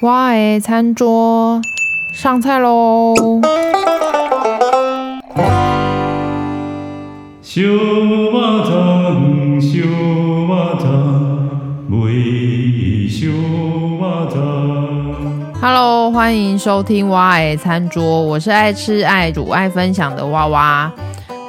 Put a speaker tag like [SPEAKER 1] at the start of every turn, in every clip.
[SPEAKER 1] 哇诶，餐桌上菜喽！
[SPEAKER 2] 小肉粽，小肉粽，卖小肉粽。
[SPEAKER 1] Hello，欢迎收听哇诶餐桌，我是爱吃爱煮爱分享的娃娃。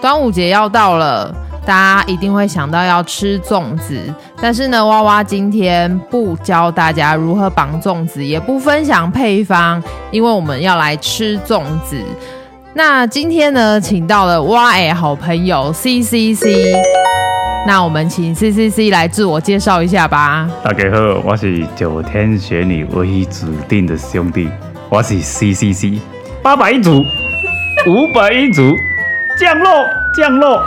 [SPEAKER 1] 端午节要到了，大家一定会想到要吃粽子，但是呢，娃娃今天不教大家如何绑粽子，也不分享配方，因为我们要来吃粽子。那今天呢，请到了哇诶好朋友 C C C，那我们请 C C C 来自我介绍一下吧。
[SPEAKER 2] 大家好，我是九天玄女唯一指定的兄弟，我是 C C C，八百一组，五百一组，降肉降肉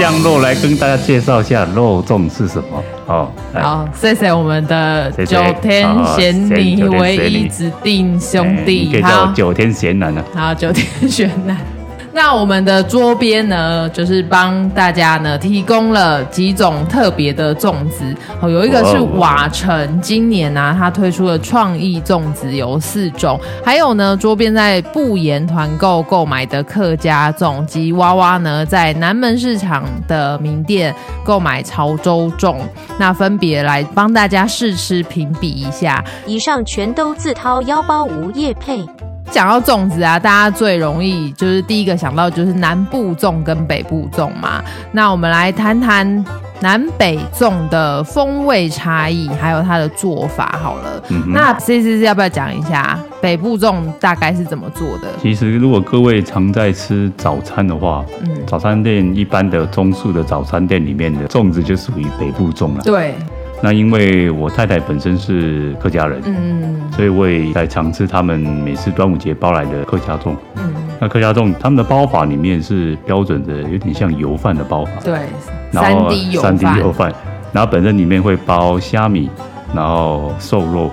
[SPEAKER 2] 降肉，来跟大家介绍一下肉粽是什么哦。来
[SPEAKER 1] 好，谢谢我们的
[SPEAKER 2] 谢谢
[SPEAKER 1] 九天玄女
[SPEAKER 2] 哦九天
[SPEAKER 1] 唯
[SPEAKER 2] 玄
[SPEAKER 1] 一
[SPEAKER 2] 女
[SPEAKER 1] 指定兄
[SPEAKER 2] 哎你可
[SPEAKER 1] 弟，
[SPEAKER 2] 以叫我
[SPEAKER 1] 好，
[SPEAKER 2] 九天玄男啊。
[SPEAKER 1] 好，九天玄男。 那我们的桌边呢，就是帮大家呢提供了几种特别的粽子，哦，有一个是
[SPEAKER 2] 哇哦
[SPEAKER 1] 瓦城，今年啊它推出了创意粽子有四种，还有呢桌边在不言团购购买的客家粽及娃娃呢在南门市场的名店购买潮州粽，那分别来帮大家试吃评比一下。
[SPEAKER 3] 以上全都自掏腰包无业配。
[SPEAKER 1] 讲到粽子啊，大家最容易就是第一个想到就是南部粽跟北部粽嘛。那我们来谈谈南北粽的风味差异，还有它的做法好了。
[SPEAKER 2] 嗯哼
[SPEAKER 1] 那 C C C 要不要讲一下北部粽大概是怎么做的？
[SPEAKER 2] 其实，如果各位常在吃早餐的话，
[SPEAKER 1] 嗯
[SPEAKER 2] 早餐店一般的中式的早餐店里面的粽子就属于北部粽了。
[SPEAKER 1] 对，
[SPEAKER 2] 那因为我太太本身是客家人，
[SPEAKER 1] 嗯
[SPEAKER 2] 所以我也在尝试他们每次端午节包来的客家粽。
[SPEAKER 1] 嗯，
[SPEAKER 2] 那客家粽他们的包法里面是标准的，有点像油饭的包法，
[SPEAKER 1] 对，
[SPEAKER 2] 然
[SPEAKER 1] 三
[SPEAKER 2] 后啊
[SPEAKER 1] D 油
[SPEAKER 2] 三 D
[SPEAKER 1] 饭，
[SPEAKER 2] 油饭，然后本身里面会包虾米，然后瘦肉，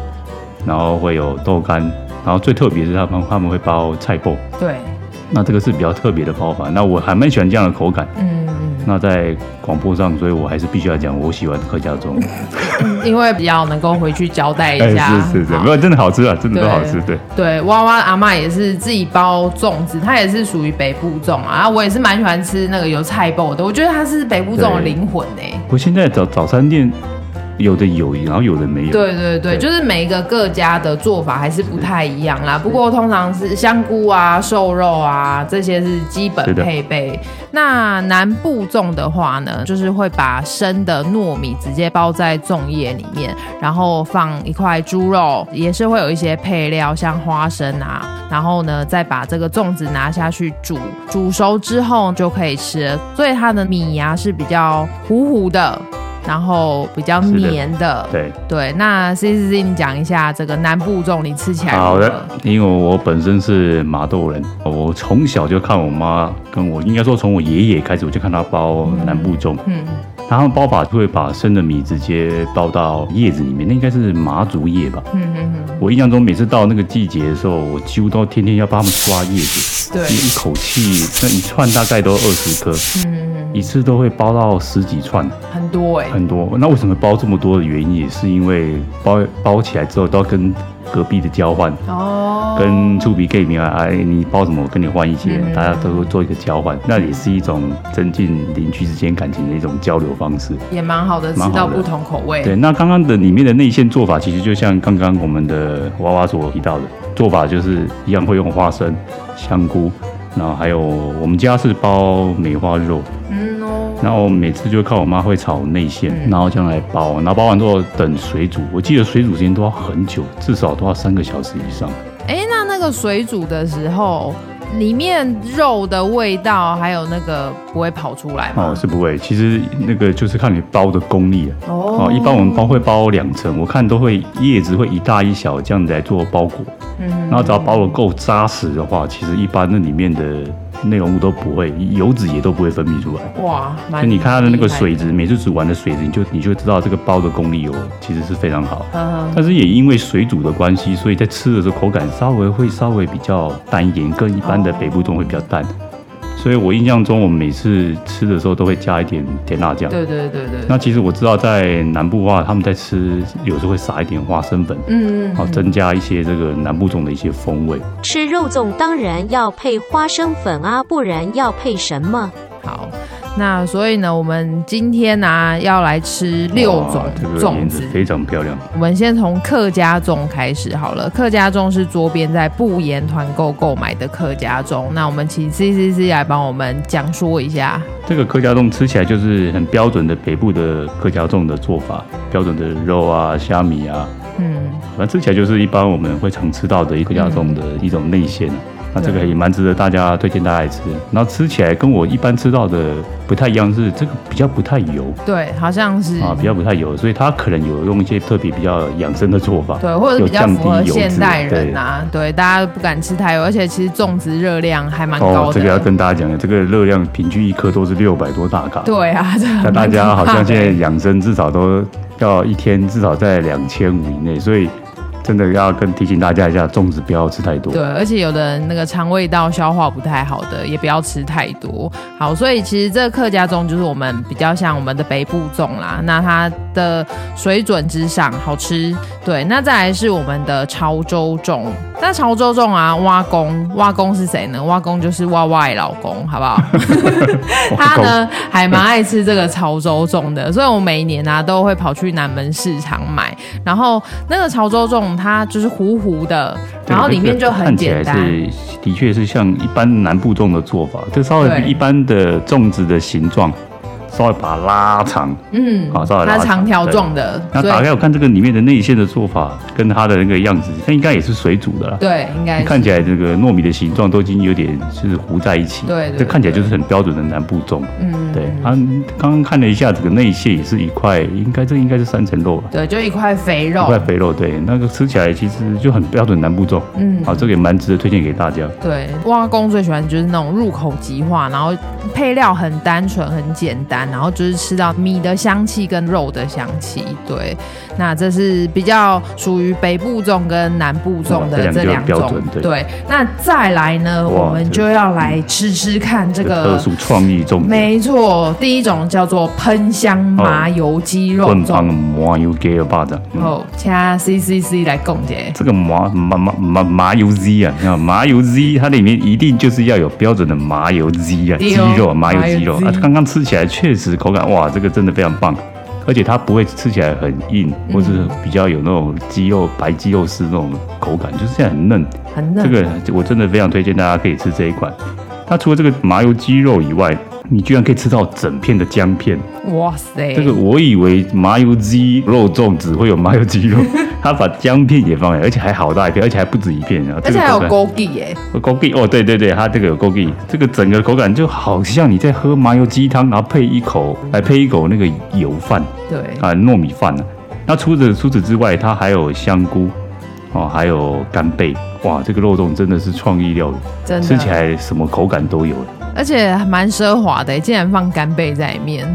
[SPEAKER 2] 然后会有豆干，然后最特别是他们他们会包菜脯。
[SPEAKER 1] 对，
[SPEAKER 2] 那这个是比较特别的包法，那我还蛮喜欢这样的口感。
[SPEAKER 1] 嗯，
[SPEAKER 2] 那在广播上，所以我还是必须要讲，我喜欢客家 粽。
[SPEAKER 1] 嗯因为比较能够回去交代一下，
[SPEAKER 2] 哎是是是，
[SPEAKER 1] 好
[SPEAKER 2] 没有真的好吃啊，真的都好吃。对，
[SPEAKER 1] 对，娃娃阿嬷也是自己包粽子，她也是属于北部粽啊。然后我也是蛮喜欢吃那个油菜包的，我觉得它是北部粽的
[SPEAKER 2] 对
[SPEAKER 1] 灵魂哎、
[SPEAKER 2] 不过现在早早餐店有的有，然后有的没有。
[SPEAKER 1] 对对对，
[SPEAKER 2] 对
[SPEAKER 1] 就是每一个各家的做法还是不太一样
[SPEAKER 2] 嗯
[SPEAKER 1] 啦。不过通常是香菇啊、瘦肉啊这些是基本
[SPEAKER 2] 是的
[SPEAKER 1] 配备。那南部粽的话呢，就是会把生的糯米直接包在粽叶里面，然后放一块猪肉，也是会有一些配料，像花生啊，然后呢再把这个粽子拿下去煮，煮熟之后就可以吃了。所以它的米呀、是比较糊糊的。然后比较
[SPEAKER 2] 是的
[SPEAKER 1] 黏的，
[SPEAKER 2] 对，
[SPEAKER 1] 对，那 C C C，你讲一下这个南部粽你吃起来如何
[SPEAKER 2] 好的，因为我本身是麻豆人，我从小就看我妈跟我，应该说从我爷爷开始，我就看他包南部粽，
[SPEAKER 1] 嗯，
[SPEAKER 2] 然后包法就会把生的米直接包到叶子里面，那应该是麻竹叶吧。
[SPEAKER 1] 嗯嗯嗯，
[SPEAKER 2] 我印象中，每次到那个季节的时候，我几乎都天天要帮他们刷叶子，
[SPEAKER 1] 对，
[SPEAKER 2] 一一口气那一串大概都二十颗，
[SPEAKER 1] 嗯，
[SPEAKER 2] 一次都会包到十几串，
[SPEAKER 1] 很多哎、
[SPEAKER 2] 很多。那为什么包这么多的原因，也是因为包包起来之后都要跟隔壁的交换，
[SPEAKER 1] 哦，
[SPEAKER 2] 跟触鼻 gay 啊，哎，你包什么，我跟你换一些，
[SPEAKER 1] 嗯
[SPEAKER 2] 大家都会做一个交换，那也是一种增进邻居之间感情的一种交流方式。
[SPEAKER 1] 也蛮好的，吃
[SPEAKER 2] 蛮好的
[SPEAKER 1] 到不同口味，
[SPEAKER 2] 对，那刚刚的里面的内馅做法，其实就像刚刚我们的娃娃所提到的做法，就是一样会用花生、香菇，然后还有我们家是包梅花肉，
[SPEAKER 1] 嗯哦，
[SPEAKER 2] 然后每次就看我妈会炒内馅，
[SPEAKER 1] 嗯
[SPEAKER 2] 然后这样来包，然后包完之后等水煮，我记得水煮时间都要很久，至少都要三个小时以上。
[SPEAKER 1] 哎，那那个水煮的时候，里面肉的味道还有那个不会跑出来吗
[SPEAKER 2] 哦，？是不会，其实那个就是看你包的功力啊。
[SPEAKER 1] 哦
[SPEAKER 2] 哦，一般我们包，会包两层，我看都会叶子会一大一小这样子来做包裹。
[SPEAKER 1] 嗯
[SPEAKER 2] 然后只要包的够扎实的话，其实一般那里面的内容物都不会，油脂也都不会分泌出来。
[SPEAKER 1] 哇，
[SPEAKER 2] 所
[SPEAKER 1] 蛮
[SPEAKER 2] 以你看它的那个
[SPEAKER 1] 厉害
[SPEAKER 2] 水，质，每次煮完的水质，你就你就知道这个包的功力哦，其实是非常好。
[SPEAKER 1] 嗯，
[SPEAKER 2] 但是也因为水煮的关系，所以在
[SPEAKER 1] 哦
[SPEAKER 2] 吃的时候口感稍微会稍微比较淡一点，跟一般的北部粽会比较淡。所以我印象中我们每次吃的时候都会加一点甜辣酱。
[SPEAKER 1] 对对对对，嗯
[SPEAKER 2] 那其实我知道在南部的话，他们在吃有时候会撒一点花生粉，
[SPEAKER 1] 嗯嗯
[SPEAKER 2] 好、增加一些这个南部粽的一些风味。
[SPEAKER 3] 吃肉粽当然要配花生粉啊，不然要配什么？
[SPEAKER 1] 好。那所以呢，我们今天呢、啊要来吃六种
[SPEAKER 2] 哇这个
[SPEAKER 1] 粽
[SPEAKER 2] 颜值
[SPEAKER 1] 子。
[SPEAKER 2] 非常漂亮。
[SPEAKER 1] 我们先从客家粽开始好了。客家粽是桌边在不言团购购买的客家粽。那我们请 C C C 来帮我们讲说一下。
[SPEAKER 2] 这个客家粽吃起来就是很标准的北部的客家粽的做法，标准的肉啊、虾米啊，
[SPEAKER 1] 嗯，
[SPEAKER 2] 反正吃起来就是一般我们会常吃到的一个家粽的一种内馅。那这个也蛮值得大家推荐大家来吃。然后吃起来跟我一般吃到的不太一样，是这个比较不太油
[SPEAKER 1] 对，好像是
[SPEAKER 2] 啊，比较不太油，所以它可能有用一些特别比较养生的做法。
[SPEAKER 1] 对，或者比较
[SPEAKER 2] 有降
[SPEAKER 1] 符合
[SPEAKER 2] 低油
[SPEAKER 1] 现
[SPEAKER 2] 脂
[SPEAKER 1] 代人啊，对，大家不敢吃太油，而且其实粽子热量还蛮高
[SPEAKER 2] 哦
[SPEAKER 1] 的。，
[SPEAKER 2] 这个要跟大家讲，这个热量平均一颗都是六百多大卡。
[SPEAKER 1] 对啊，这
[SPEAKER 2] 那
[SPEAKER 1] 个
[SPEAKER 2] 大家好像现在
[SPEAKER 1] 在
[SPEAKER 2] 养生至少都要一天至少在两千五以内，所以真的要跟提醒大家一下，粽子不要吃太多。
[SPEAKER 1] 对，而且有的人那个肠胃道消化不太好的，也不要吃太多。好，所以其实这个客家粽就是我们比较像我们的北部粽啦，那它的水准之上好吃。对，那再来是我们的潮州粽。那潮州粽啊，挖公挖公是谁呢？挖公就是挖外老公，好不好？他呢还蛮爱吃这个潮州粽的，所以我每一年啊都会跑去南门市场买。然后那个潮州粽它就是糊糊的，
[SPEAKER 2] 对，
[SPEAKER 1] 然后里面
[SPEAKER 2] 这个
[SPEAKER 1] 就很
[SPEAKER 2] 看起
[SPEAKER 1] 简
[SPEAKER 2] 来
[SPEAKER 1] 单。
[SPEAKER 2] 是的确是像一般南部粽的做法，这稍微
[SPEAKER 1] 对
[SPEAKER 2] 比一般的粽子的形状稍微把它拉长。啊
[SPEAKER 1] 嗯，
[SPEAKER 2] 好稍微
[SPEAKER 1] 它
[SPEAKER 2] 拉
[SPEAKER 1] 是
[SPEAKER 2] 长
[SPEAKER 1] 长条状的，
[SPEAKER 2] 那
[SPEAKER 1] 所
[SPEAKER 2] 打
[SPEAKER 1] 以
[SPEAKER 2] 开我看这个里面的内馅的做法跟它的那个样子，那应该也是水煮的啦。
[SPEAKER 1] 对，应该是
[SPEAKER 2] 看起来这个糯米的形状都已经有点是糊在一起，
[SPEAKER 1] 对对
[SPEAKER 2] 这看起来
[SPEAKER 1] 对
[SPEAKER 2] 就是很标准的南部粽。
[SPEAKER 1] 嗯，
[SPEAKER 2] 对，啊，刚刚看了一下，这个内馅也是一块，应该这应该是三层肉吧，
[SPEAKER 1] 对，就一块肥
[SPEAKER 2] 一
[SPEAKER 1] 肉，
[SPEAKER 2] 块肥肉，对，那个吃起来其实就很标准南部粽，
[SPEAKER 1] 嗯。
[SPEAKER 2] 好，这个也蛮值得推荐给大家。
[SPEAKER 1] 对，挖工最喜欢就是那种入口即化，然后配料很单纯、很简单，然后就是吃到米的香气跟肉的香气。对，那这是比较属于北部粽跟南部粽的
[SPEAKER 2] 哇
[SPEAKER 1] 这
[SPEAKER 2] 这
[SPEAKER 1] 两
[SPEAKER 2] 两个就
[SPEAKER 1] 种
[SPEAKER 2] 很标准。对
[SPEAKER 1] 那再来呢，
[SPEAKER 2] 哇
[SPEAKER 1] 我们
[SPEAKER 2] 这
[SPEAKER 1] 就要来吃吃看这
[SPEAKER 2] 这个
[SPEAKER 1] 个
[SPEAKER 2] 特殊创意粽子，
[SPEAKER 1] 没错，第一种叫做喷香麻油鸡肉
[SPEAKER 2] 棍棒
[SPEAKER 1] 粽。
[SPEAKER 2] 麻油鸡的巴掌，哦嗯
[SPEAKER 1] 哦，请 C C C 来共解。
[SPEAKER 2] 这个麻麻麻麻麻油鸡啊，你看麻油鸡，它里面一定就是要有标准的麻油鸡啊，
[SPEAKER 1] 对
[SPEAKER 2] 鸡
[SPEAKER 1] 哦
[SPEAKER 2] 肉麻油鸡肉
[SPEAKER 1] 麻油
[SPEAKER 2] 啊
[SPEAKER 1] 鸡，
[SPEAKER 2] 刚刚吃起来确实口感哇，这个真的非常棒，而且它不会吃起来很硬，或是比较有那种鸡肉白鸡肉丝那种口感，就是现在很嫩。
[SPEAKER 1] 很嫩。
[SPEAKER 2] 这个我真的非常推荐大家可以吃这一款。那除了这个麻油鸡肉以外，你居然可以吃到整片的姜片。
[SPEAKER 1] 哇塞，
[SPEAKER 2] 这个我以为麻油鸡肉粽只会有麻油 鸡肉，它把姜片也放进来，而且还好大一片，而且还不止一片啊。
[SPEAKER 1] 而
[SPEAKER 2] 这
[SPEAKER 1] 且
[SPEAKER 2] 个
[SPEAKER 1] 还有
[SPEAKER 2] 口
[SPEAKER 1] 枸
[SPEAKER 2] 感
[SPEAKER 1] 杞耶，
[SPEAKER 2] 枸杞哦，对对对，它这个有枸杞，这个整个口感就好像你在喝麻油鸡汤，然后配一口，来配一口那个油饭
[SPEAKER 1] 对，
[SPEAKER 2] 啊、糯米饭呢、那除此除此之外，它还有香菇哦，还有干贝，哇，这个肉粽真的是创意料理。
[SPEAKER 1] 真的。
[SPEAKER 2] 吃起来什么口感都有，
[SPEAKER 1] 而且蛮奢华的，竟然放干贝在里面。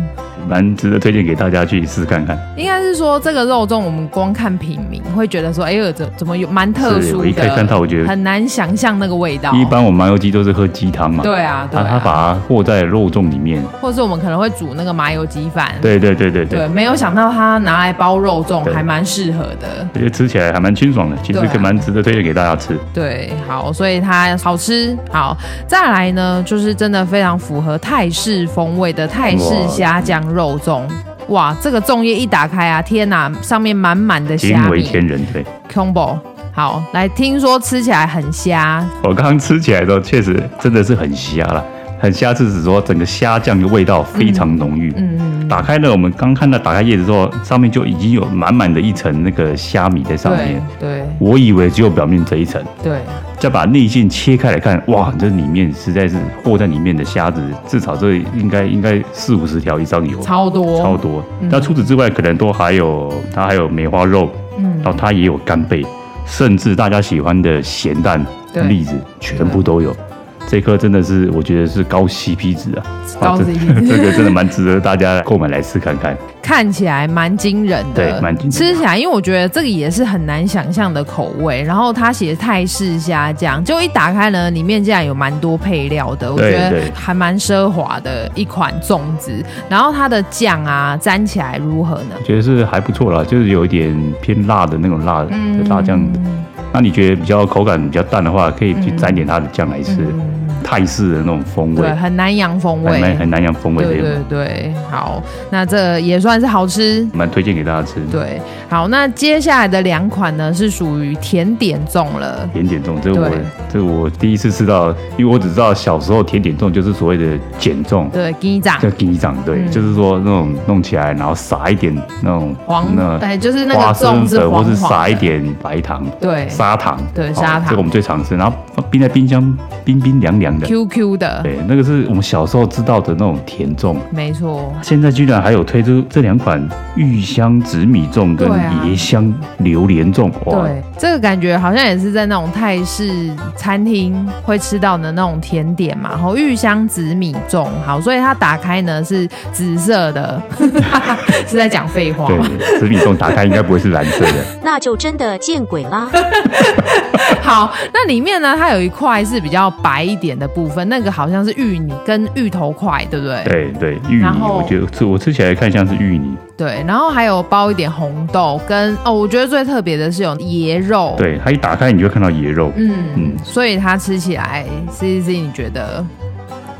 [SPEAKER 2] 蛮值得推荐给大家去试看看。
[SPEAKER 1] 应该是说这个肉粽，我们光看品名会觉得说，哎呦，怎怎么有蛮特
[SPEAKER 2] 是
[SPEAKER 1] 殊
[SPEAKER 2] 我
[SPEAKER 1] 的，
[SPEAKER 2] 一开看到我觉得
[SPEAKER 1] 很难想象那个味道。
[SPEAKER 2] 一般我麻油鸡都是喝鸡汤嘛，
[SPEAKER 1] 对啊，对
[SPEAKER 2] 它它
[SPEAKER 1] 啊，
[SPEAKER 2] 把它和在肉粽里面，
[SPEAKER 1] 或是我们可能会煮那个麻油鸡饭，
[SPEAKER 2] 对对对对
[SPEAKER 1] 对，
[SPEAKER 2] 对，
[SPEAKER 1] 没有想到它拿来包肉粽
[SPEAKER 2] 对
[SPEAKER 1] 还蛮适合的。
[SPEAKER 2] 我觉得吃起来还蛮清爽的，其实
[SPEAKER 1] 对啊
[SPEAKER 2] 可蛮值得推荐给大家吃。
[SPEAKER 1] 对，好，所以它好吃。好，再来呢，就是真的非常符合泰式风味的泰式虾酱肉粽。哇，这个粽叶一打开啊，天哪，上面满满的虾
[SPEAKER 2] 惊为
[SPEAKER 1] 米
[SPEAKER 2] 天人，对
[SPEAKER 1] combo。好，来，听说吃起来很虾，
[SPEAKER 2] 我刚刚吃起来的时候，确实真的是很虾了，很虾是指说整个虾酱的味道非常浓郁。
[SPEAKER 1] 嗯，
[SPEAKER 2] 打开了，我们刚看到打开叶子之后，上面就已经有满满的一层那个虾米在上
[SPEAKER 1] 对
[SPEAKER 2] 面，
[SPEAKER 1] 对
[SPEAKER 2] 我以为只有表面这一层，
[SPEAKER 1] 对，
[SPEAKER 2] 再把内馅切开来看，哇，这里面实在是和在里面的虾子，至少这应该应该四五十条以上有，
[SPEAKER 1] 超多，
[SPEAKER 2] 超多
[SPEAKER 1] 嗯。
[SPEAKER 2] 那、除此之外，可能都还有它还有梅花肉，
[SPEAKER 1] 嗯
[SPEAKER 2] 然后它也有干贝，甚至大家喜欢的咸蛋
[SPEAKER 1] 对、
[SPEAKER 2] 栗子，全部都有。这颗真的是，我觉得是高 CP 值啊！
[SPEAKER 1] 高
[SPEAKER 2] 啊这
[SPEAKER 1] CP 值
[SPEAKER 2] 这个真的蛮值得大家购买来试看看。
[SPEAKER 1] 看起来蛮惊人的，
[SPEAKER 2] 对蛮惊人的
[SPEAKER 1] 吃起来，因为我觉得这个也是很难想象的口味。然后它写泰式虾酱，就一打开呢，里面竟然有蛮多配料的，我觉
[SPEAKER 2] 对
[SPEAKER 1] 得
[SPEAKER 2] 对
[SPEAKER 1] 还蛮奢华的一款粽子。然后它的酱啊，沾起来如何呢？
[SPEAKER 2] 觉得是还不错啦，就是有一点偏辣的那种辣、辣嗯酱。
[SPEAKER 1] 嗯
[SPEAKER 2] 那你觉得比较口感比较淡的话，可以去沾一点它的酱来吃，泰式的那种风味
[SPEAKER 1] 嗯对，，很南洋风
[SPEAKER 2] 很
[SPEAKER 1] 味，
[SPEAKER 2] 难很南洋风味
[SPEAKER 1] 对
[SPEAKER 2] 的，
[SPEAKER 1] 对对，好，那这也算是好吃。
[SPEAKER 2] 蛮推荐给大家吃。
[SPEAKER 1] 对，好，那接下来的两款呢是属于甜点粽了。
[SPEAKER 2] 甜点粽，这是我
[SPEAKER 1] 对
[SPEAKER 2] 这是我第一次吃到，因为我只知道小时候甜点粽就是所谓的碱粽，
[SPEAKER 1] 对，鸡掌
[SPEAKER 2] 叫金掌，对，
[SPEAKER 1] 嗯
[SPEAKER 2] 就是说那种弄起来，然后撒一点那种
[SPEAKER 1] 黄
[SPEAKER 2] 那，
[SPEAKER 1] 哎，就是那
[SPEAKER 2] 花
[SPEAKER 1] 个
[SPEAKER 2] 生
[SPEAKER 1] 粽是
[SPEAKER 2] 粉，或
[SPEAKER 1] 黄
[SPEAKER 2] 是
[SPEAKER 1] 黄
[SPEAKER 2] 撒一
[SPEAKER 1] 的，
[SPEAKER 2] 点白糖，
[SPEAKER 1] 对
[SPEAKER 2] 砂糖，
[SPEAKER 1] 对
[SPEAKER 2] 哦
[SPEAKER 1] 砂糖
[SPEAKER 2] 这个我们最常吃，然后放冰在冰箱，冰冰凉凉的，
[SPEAKER 1] ，QQ 的，
[SPEAKER 2] 对，那个是我们小时候知道的那种甜粽。
[SPEAKER 1] 没错，
[SPEAKER 2] 现在居然还有推出这两款芋香紫米粽跟
[SPEAKER 1] 对啊
[SPEAKER 2] 椰香榴莲粽，哇，
[SPEAKER 1] 对，这个感觉好像也是在那种泰式餐厅会吃到的那种甜点嘛，然后芋香紫米粽，好，所以它打开呢是紫色的， 是在讲废话吗。
[SPEAKER 2] 对，紫米粽打开应该不会是蓝色的，
[SPEAKER 3] 那就真的见鬼啦！
[SPEAKER 1] 好，那里面呢，它有一块是比较白一点的部分，那个好像是芋泥跟芋头块，对不对？
[SPEAKER 2] 对对，芋泥
[SPEAKER 1] 然，后
[SPEAKER 2] 我觉得吃我吃起来看像是芋泥，
[SPEAKER 1] 对然后还有包一点红豆跟哦，我觉得最特别的是有椰肉，，
[SPEAKER 2] 对，它一打开你就会看到椰肉，
[SPEAKER 1] 嗯，
[SPEAKER 2] 嗯
[SPEAKER 1] 所以它吃起来，C C C，你觉得？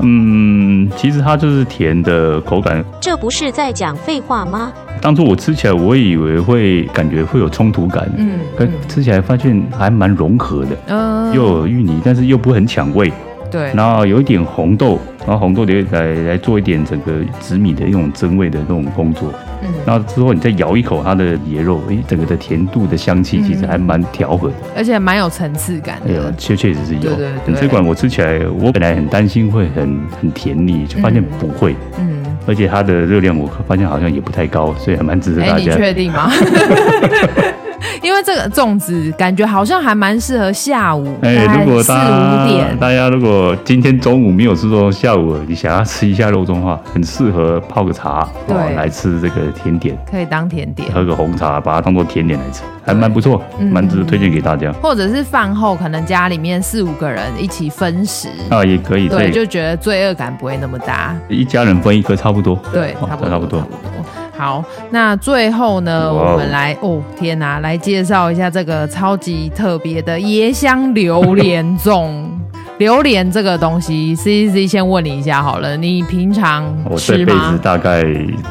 [SPEAKER 2] 嗯，其实它就是甜的口感。
[SPEAKER 3] 这不是在讲废话吗？
[SPEAKER 2] 当初我吃起来，我以为会感觉会有冲突感，
[SPEAKER 1] 嗯
[SPEAKER 2] 可吃起来发现还蛮融合的，
[SPEAKER 1] 嗯、
[SPEAKER 2] 又有芋泥，但是又不会很抢味，
[SPEAKER 1] 对，
[SPEAKER 2] 然后有一点红豆，然后红豆的来来做一点整个紫米的那种增味的那种工作，
[SPEAKER 1] 嗯，
[SPEAKER 2] 然后之后你再咬一口它的椰肉，诶，整个的甜度的香气
[SPEAKER 1] 嗯
[SPEAKER 2] 其实还蛮调和的，
[SPEAKER 1] 而且蛮有层次感
[SPEAKER 2] 哎呦，
[SPEAKER 1] 的。
[SPEAKER 2] 确确实是有。
[SPEAKER 1] 对对对
[SPEAKER 2] 这款我吃起来，我本来很担心会很很甜腻，就发现不会。
[SPEAKER 1] 嗯，
[SPEAKER 2] 而且它的热量我发现好像也不太高，所以还蛮值得
[SPEAKER 1] 哎、
[SPEAKER 2] 大
[SPEAKER 1] 你
[SPEAKER 2] 家。
[SPEAKER 1] 确定 吗？因为这个粽子感觉好像还蛮适合下午，大概
[SPEAKER 2] 哎如果
[SPEAKER 1] 四
[SPEAKER 2] 大
[SPEAKER 1] 五
[SPEAKER 2] 家
[SPEAKER 1] 点，
[SPEAKER 2] 大家如果今天中午没有吃粽，下午你想要吃一下肉粽的话，很适合泡个茶，哦
[SPEAKER 1] 对
[SPEAKER 2] 来吃这个甜点，
[SPEAKER 1] 可以当甜点。
[SPEAKER 2] 喝个红茶，把它当做甜点来吃，还蛮不错，
[SPEAKER 1] 嗯
[SPEAKER 2] 蛮值得推荐给大家。
[SPEAKER 1] 或者是饭后可能家里面四五个人一起分食，
[SPEAKER 2] 啊，也可以，
[SPEAKER 1] 对，
[SPEAKER 2] 对，
[SPEAKER 1] 就觉得罪恶感不会那么大，
[SPEAKER 2] 一家人分一颗差不多，
[SPEAKER 1] 对，
[SPEAKER 2] 哦
[SPEAKER 1] 差不多，
[SPEAKER 2] 差不多。
[SPEAKER 1] 好，那最后呢，
[SPEAKER 2] 哇哦
[SPEAKER 1] 我们来哦，天哪、来介绍一下这个超级特别的椰香榴莲粽。榴莲这个东西，C C C 先问你一下好了，你平常
[SPEAKER 2] 我这
[SPEAKER 1] 吃
[SPEAKER 2] 辈子
[SPEAKER 1] 吗？
[SPEAKER 2] 大概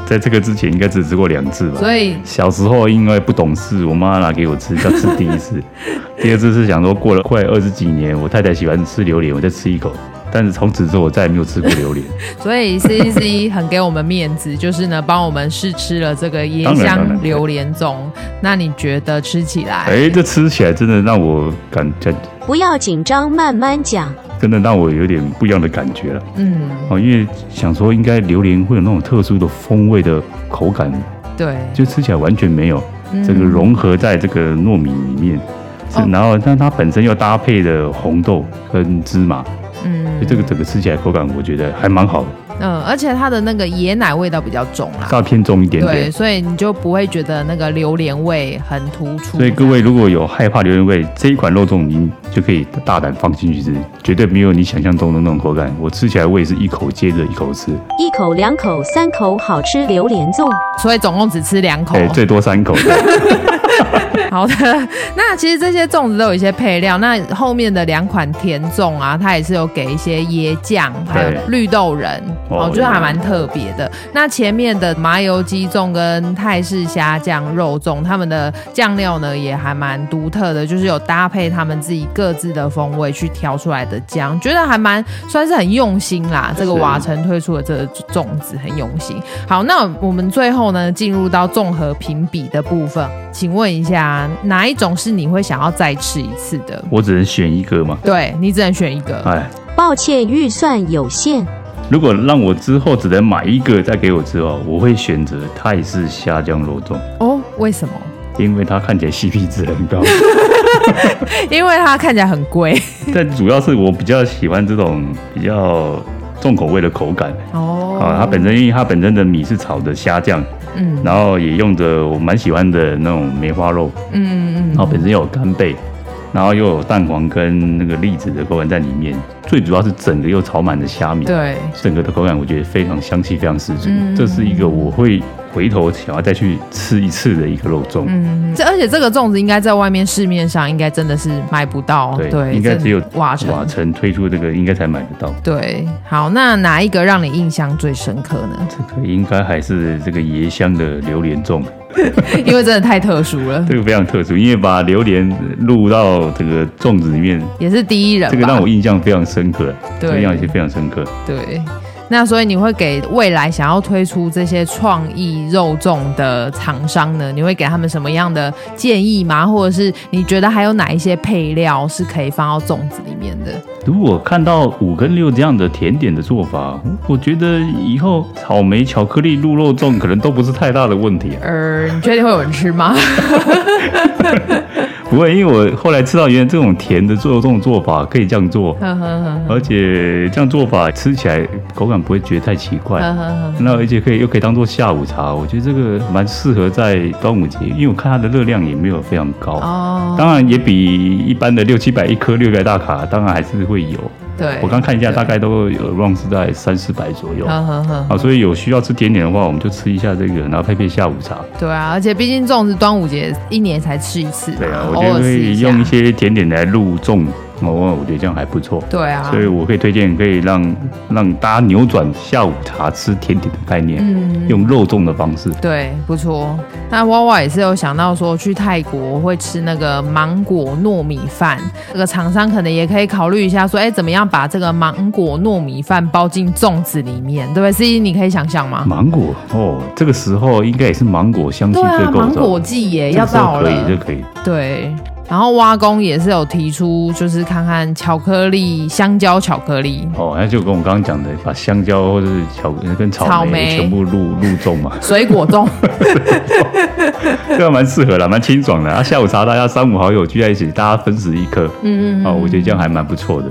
[SPEAKER 2] 在这个之前应该只吃过两次吧。
[SPEAKER 1] 所以
[SPEAKER 2] 小时候因为不懂事，我妈拿给我吃，要吃第 一次，第二次是想说过了快二十几年，我太太喜欢吃榴莲，我再吃一口。但是从此之后，我再也没有吃过 榴莲。
[SPEAKER 1] 所以 C C 很给我们面子，就是呢，帮我们试吃了这个椰
[SPEAKER 2] 当然当
[SPEAKER 1] 香
[SPEAKER 2] 然
[SPEAKER 1] 榴莲粽。那你觉得吃起来？
[SPEAKER 2] 哎，这吃起来真的让我感觉，
[SPEAKER 3] 不要紧张，慢慢讲。
[SPEAKER 2] 真的让我有点不一样的感觉了。
[SPEAKER 1] 嗯，
[SPEAKER 2] 哦，因为想说应该榴莲会有那种特殊的风味的口感，
[SPEAKER 1] 对，
[SPEAKER 2] 就吃起来完全没有，
[SPEAKER 1] 嗯
[SPEAKER 2] 这个融合在这个糯米里面。是
[SPEAKER 1] 哦
[SPEAKER 2] 然后，但它本身又搭配了红豆跟芝麻，
[SPEAKER 1] 嗯
[SPEAKER 2] 所以这个整个吃起来口感，我觉得还蛮好的。
[SPEAKER 1] 嗯，而且它的那个椰奶味道比较重啊啦，
[SPEAKER 2] 稍微偏重一点
[SPEAKER 1] 对，
[SPEAKER 2] 点。
[SPEAKER 1] 所以你就不会觉得那个榴莲味很突出。
[SPEAKER 2] 所以各位如果有害怕榴莲味，这一款肉粽您就可以大胆放进去吃，绝对没有你想象中的那种口感。我吃起来我也是一口接着一口吃，
[SPEAKER 3] 一口、两口、三口，好吃榴莲粽。
[SPEAKER 1] 所以总共只吃两口
[SPEAKER 2] 哎、。最多三口。
[SPEAKER 1] 好的， 那其实这些粽子都有一些配料，那后面的两款甜粽啊，它也是有给一些椰酱，还有
[SPEAKER 2] 对
[SPEAKER 1] 绿豆仁，
[SPEAKER 2] 哦
[SPEAKER 1] 我觉得
[SPEAKER 2] 原来
[SPEAKER 1] 还蛮特别的。那前面的麻油鸡粽跟泰式虾酱肉粽，他们的酱料呢也还蛮独特的，就是有搭配他们自己各自的风味去调出来的酱，觉得还蛮算是很用心啦。这个
[SPEAKER 2] 是
[SPEAKER 1] 瓦城推出的这个粽子很用心。好，那我们最后呢，进入到综合评比的部分，请问一下，哪一种是你会想要再吃一次的？
[SPEAKER 2] 我只能选一个嘛。
[SPEAKER 1] 对你只能选一个。
[SPEAKER 2] 哎，
[SPEAKER 3] 抱歉，预算有限。
[SPEAKER 2] 如果让我之后只能买一个再给我吃哦，我会选择泰式虾酱肉粽，
[SPEAKER 1] 哦，为什么？
[SPEAKER 2] 因为它看起来 CP 值很高。
[SPEAKER 1] 因为它看起来很贵
[SPEAKER 2] 但主要是我比较喜欢这种比较重口味的口感。
[SPEAKER 1] 哦
[SPEAKER 2] 啊，它本身因为它本身的米是炒的虾酱，
[SPEAKER 1] 嗯
[SPEAKER 2] 然后也用着我蛮喜欢的那种梅花肉，
[SPEAKER 1] 嗯嗯
[SPEAKER 2] 然后本身又有干贝，然后又有蛋黄跟那个栗子的口感在里面，最主要是整个又炒满了虾米，
[SPEAKER 1] 对，
[SPEAKER 2] 整个的口感我觉得非常香气，非常十足，
[SPEAKER 1] 嗯
[SPEAKER 2] 这是一个我会回头想要再去吃一次的一个肉粽。
[SPEAKER 1] 嗯，这而且这个粽子应该在外面市面上应该真的是买不到，
[SPEAKER 2] 对，
[SPEAKER 1] 对，
[SPEAKER 2] 应该
[SPEAKER 1] 真的
[SPEAKER 2] 只有
[SPEAKER 1] 瓦城。
[SPEAKER 2] 瓦城推出这个，应该才买得到。
[SPEAKER 1] 对，好，那哪一个让你印象最深刻 呢？
[SPEAKER 2] 这个应该还是这个椰香的榴莲
[SPEAKER 1] 嗯
[SPEAKER 2] 粽，
[SPEAKER 1] 因为真的太特殊了，
[SPEAKER 2] 这个非常特殊，因为把榴莲入到这个粽子里面，
[SPEAKER 1] 也是第一人吧。
[SPEAKER 2] 这个让我印象非常深刻，这个
[SPEAKER 1] 对
[SPEAKER 2] 让我印象非常深刻。
[SPEAKER 1] 对，那所以你会给未来想要推出这些创意肉粽的厂商呢，你会给他们什么样的建议吗？或者是你觉得还有哪一些配料是可以放到粽子里面的？
[SPEAKER 2] 如果看到五跟六这样的甜点的做法，我觉得以后草莓巧克力鹿肉粽可能都不是太大的问题啊。
[SPEAKER 1] 呃，你确定会有人吃 吗？
[SPEAKER 2] 不会，因为我后来吃到原来这种甜的做这种做法可以这样做，
[SPEAKER 1] 呵呵呵
[SPEAKER 2] 而且这样做法吃起来口感不会觉得太奇怪。
[SPEAKER 1] 呵呵呵，
[SPEAKER 2] 那而且可以又可以当做下午茶，我觉得这个蛮适合在端午节，因为我看它的热量也没有非常高，
[SPEAKER 1] 哦，
[SPEAKER 2] 当然也比一般的六七百一颗六百大卡，当然还是会有。
[SPEAKER 1] 对，
[SPEAKER 2] 我刚看一下，
[SPEAKER 1] 对
[SPEAKER 2] 大概都有 around 是在三四百左右。
[SPEAKER 1] 呵呵呵，
[SPEAKER 2] 啊，所以有需要吃甜点的话，我们就吃一下这个，然后配配下午茶。
[SPEAKER 1] 对啊，而且毕竟粽子端午节一年才吃一次嘛，
[SPEAKER 2] 对啊，我
[SPEAKER 1] 偶
[SPEAKER 2] 觉得
[SPEAKER 1] 尔
[SPEAKER 2] 可
[SPEAKER 1] 吃
[SPEAKER 2] 以
[SPEAKER 1] 下
[SPEAKER 2] 用一些甜点来入粽，哦，我觉得这样还不错。
[SPEAKER 1] 对啊，
[SPEAKER 2] 所以我可以推荐，可以让让大家扭转下午茶吃甜点的概念，
[SPEAKER 1] 嗯
[SPEAKER 2] 用肉粽的方式。
[SPEAKER 1] 对，不错。那娃娃也是有想到说，去泰国会吃那个芒果糯米饭，这个厂商可能也可以考虑一下，说，哎，怎么样把这个芒果糯米饭包进粽子里面，对不对？C，一你可以想象吗？
[SPEAKER 2] 芒果哦，这个时候应该也是芒果香气
[SPEAKER 1] 对
[SPEAKER 2] 最
[SPEAKER 1] 啊，
[SPEAKER 2] 够
[SPEAKER 1] 芒
[SPEAKER 2] 的
[SPEAKER 1] 果
[SPEAKER 2] 哦。
[SPEAKER 1] 季耶，
[SPEAKER 2] 这
[SPEAKER 1] 要
[SPEAKER 2] 个时候
[SPEAKER 1] 到
[SPEAKER 2] 可
[SPEAKER 1] 了
[SPEAKER 2] 以，。这个可以。
[SPEAKER 1] 对，然后蛙工也是有提出，就是看看巧克力、香蕉巧克力，
[SPEAKER 2] 哦，那就跟我刚刚讲的，把香蕉或者是巧跟草莓
[SPEAKER 1] 草莓
[SPEAKER 2] 全部入入粽嘛，
[SPEAKER 1] 水果粽，
[SPEAKER 2] 这样蛮适合的，蛮清爽的。啊，下午茶大家三五好友聚在一起，大家分食一颗，
[SPEAKER 1] 嗯嗯嗯嗯
[SPEAKER 2] 哦，我觉得这样还蛮不错的。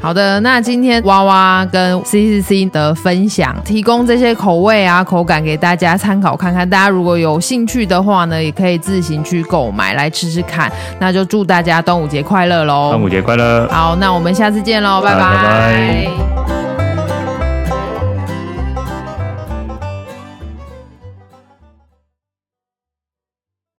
[SPEAKER 1] 好的，那今天娃娃跟 C C C 的分享，提供这些口味啊、口感给大家参考看看。大家如果有兴趣的话呢，也可以自行去购买来吃吃看。那就祝大家端午节快乐喽！
[SPEAKER 2] 端午节快乐！
[SPEAKER 1] 好，那我们下次见喽，拜
[SPEAKER 2] 好拜
[SPEAKER 1] 拜
[SPEAKER 2] 拜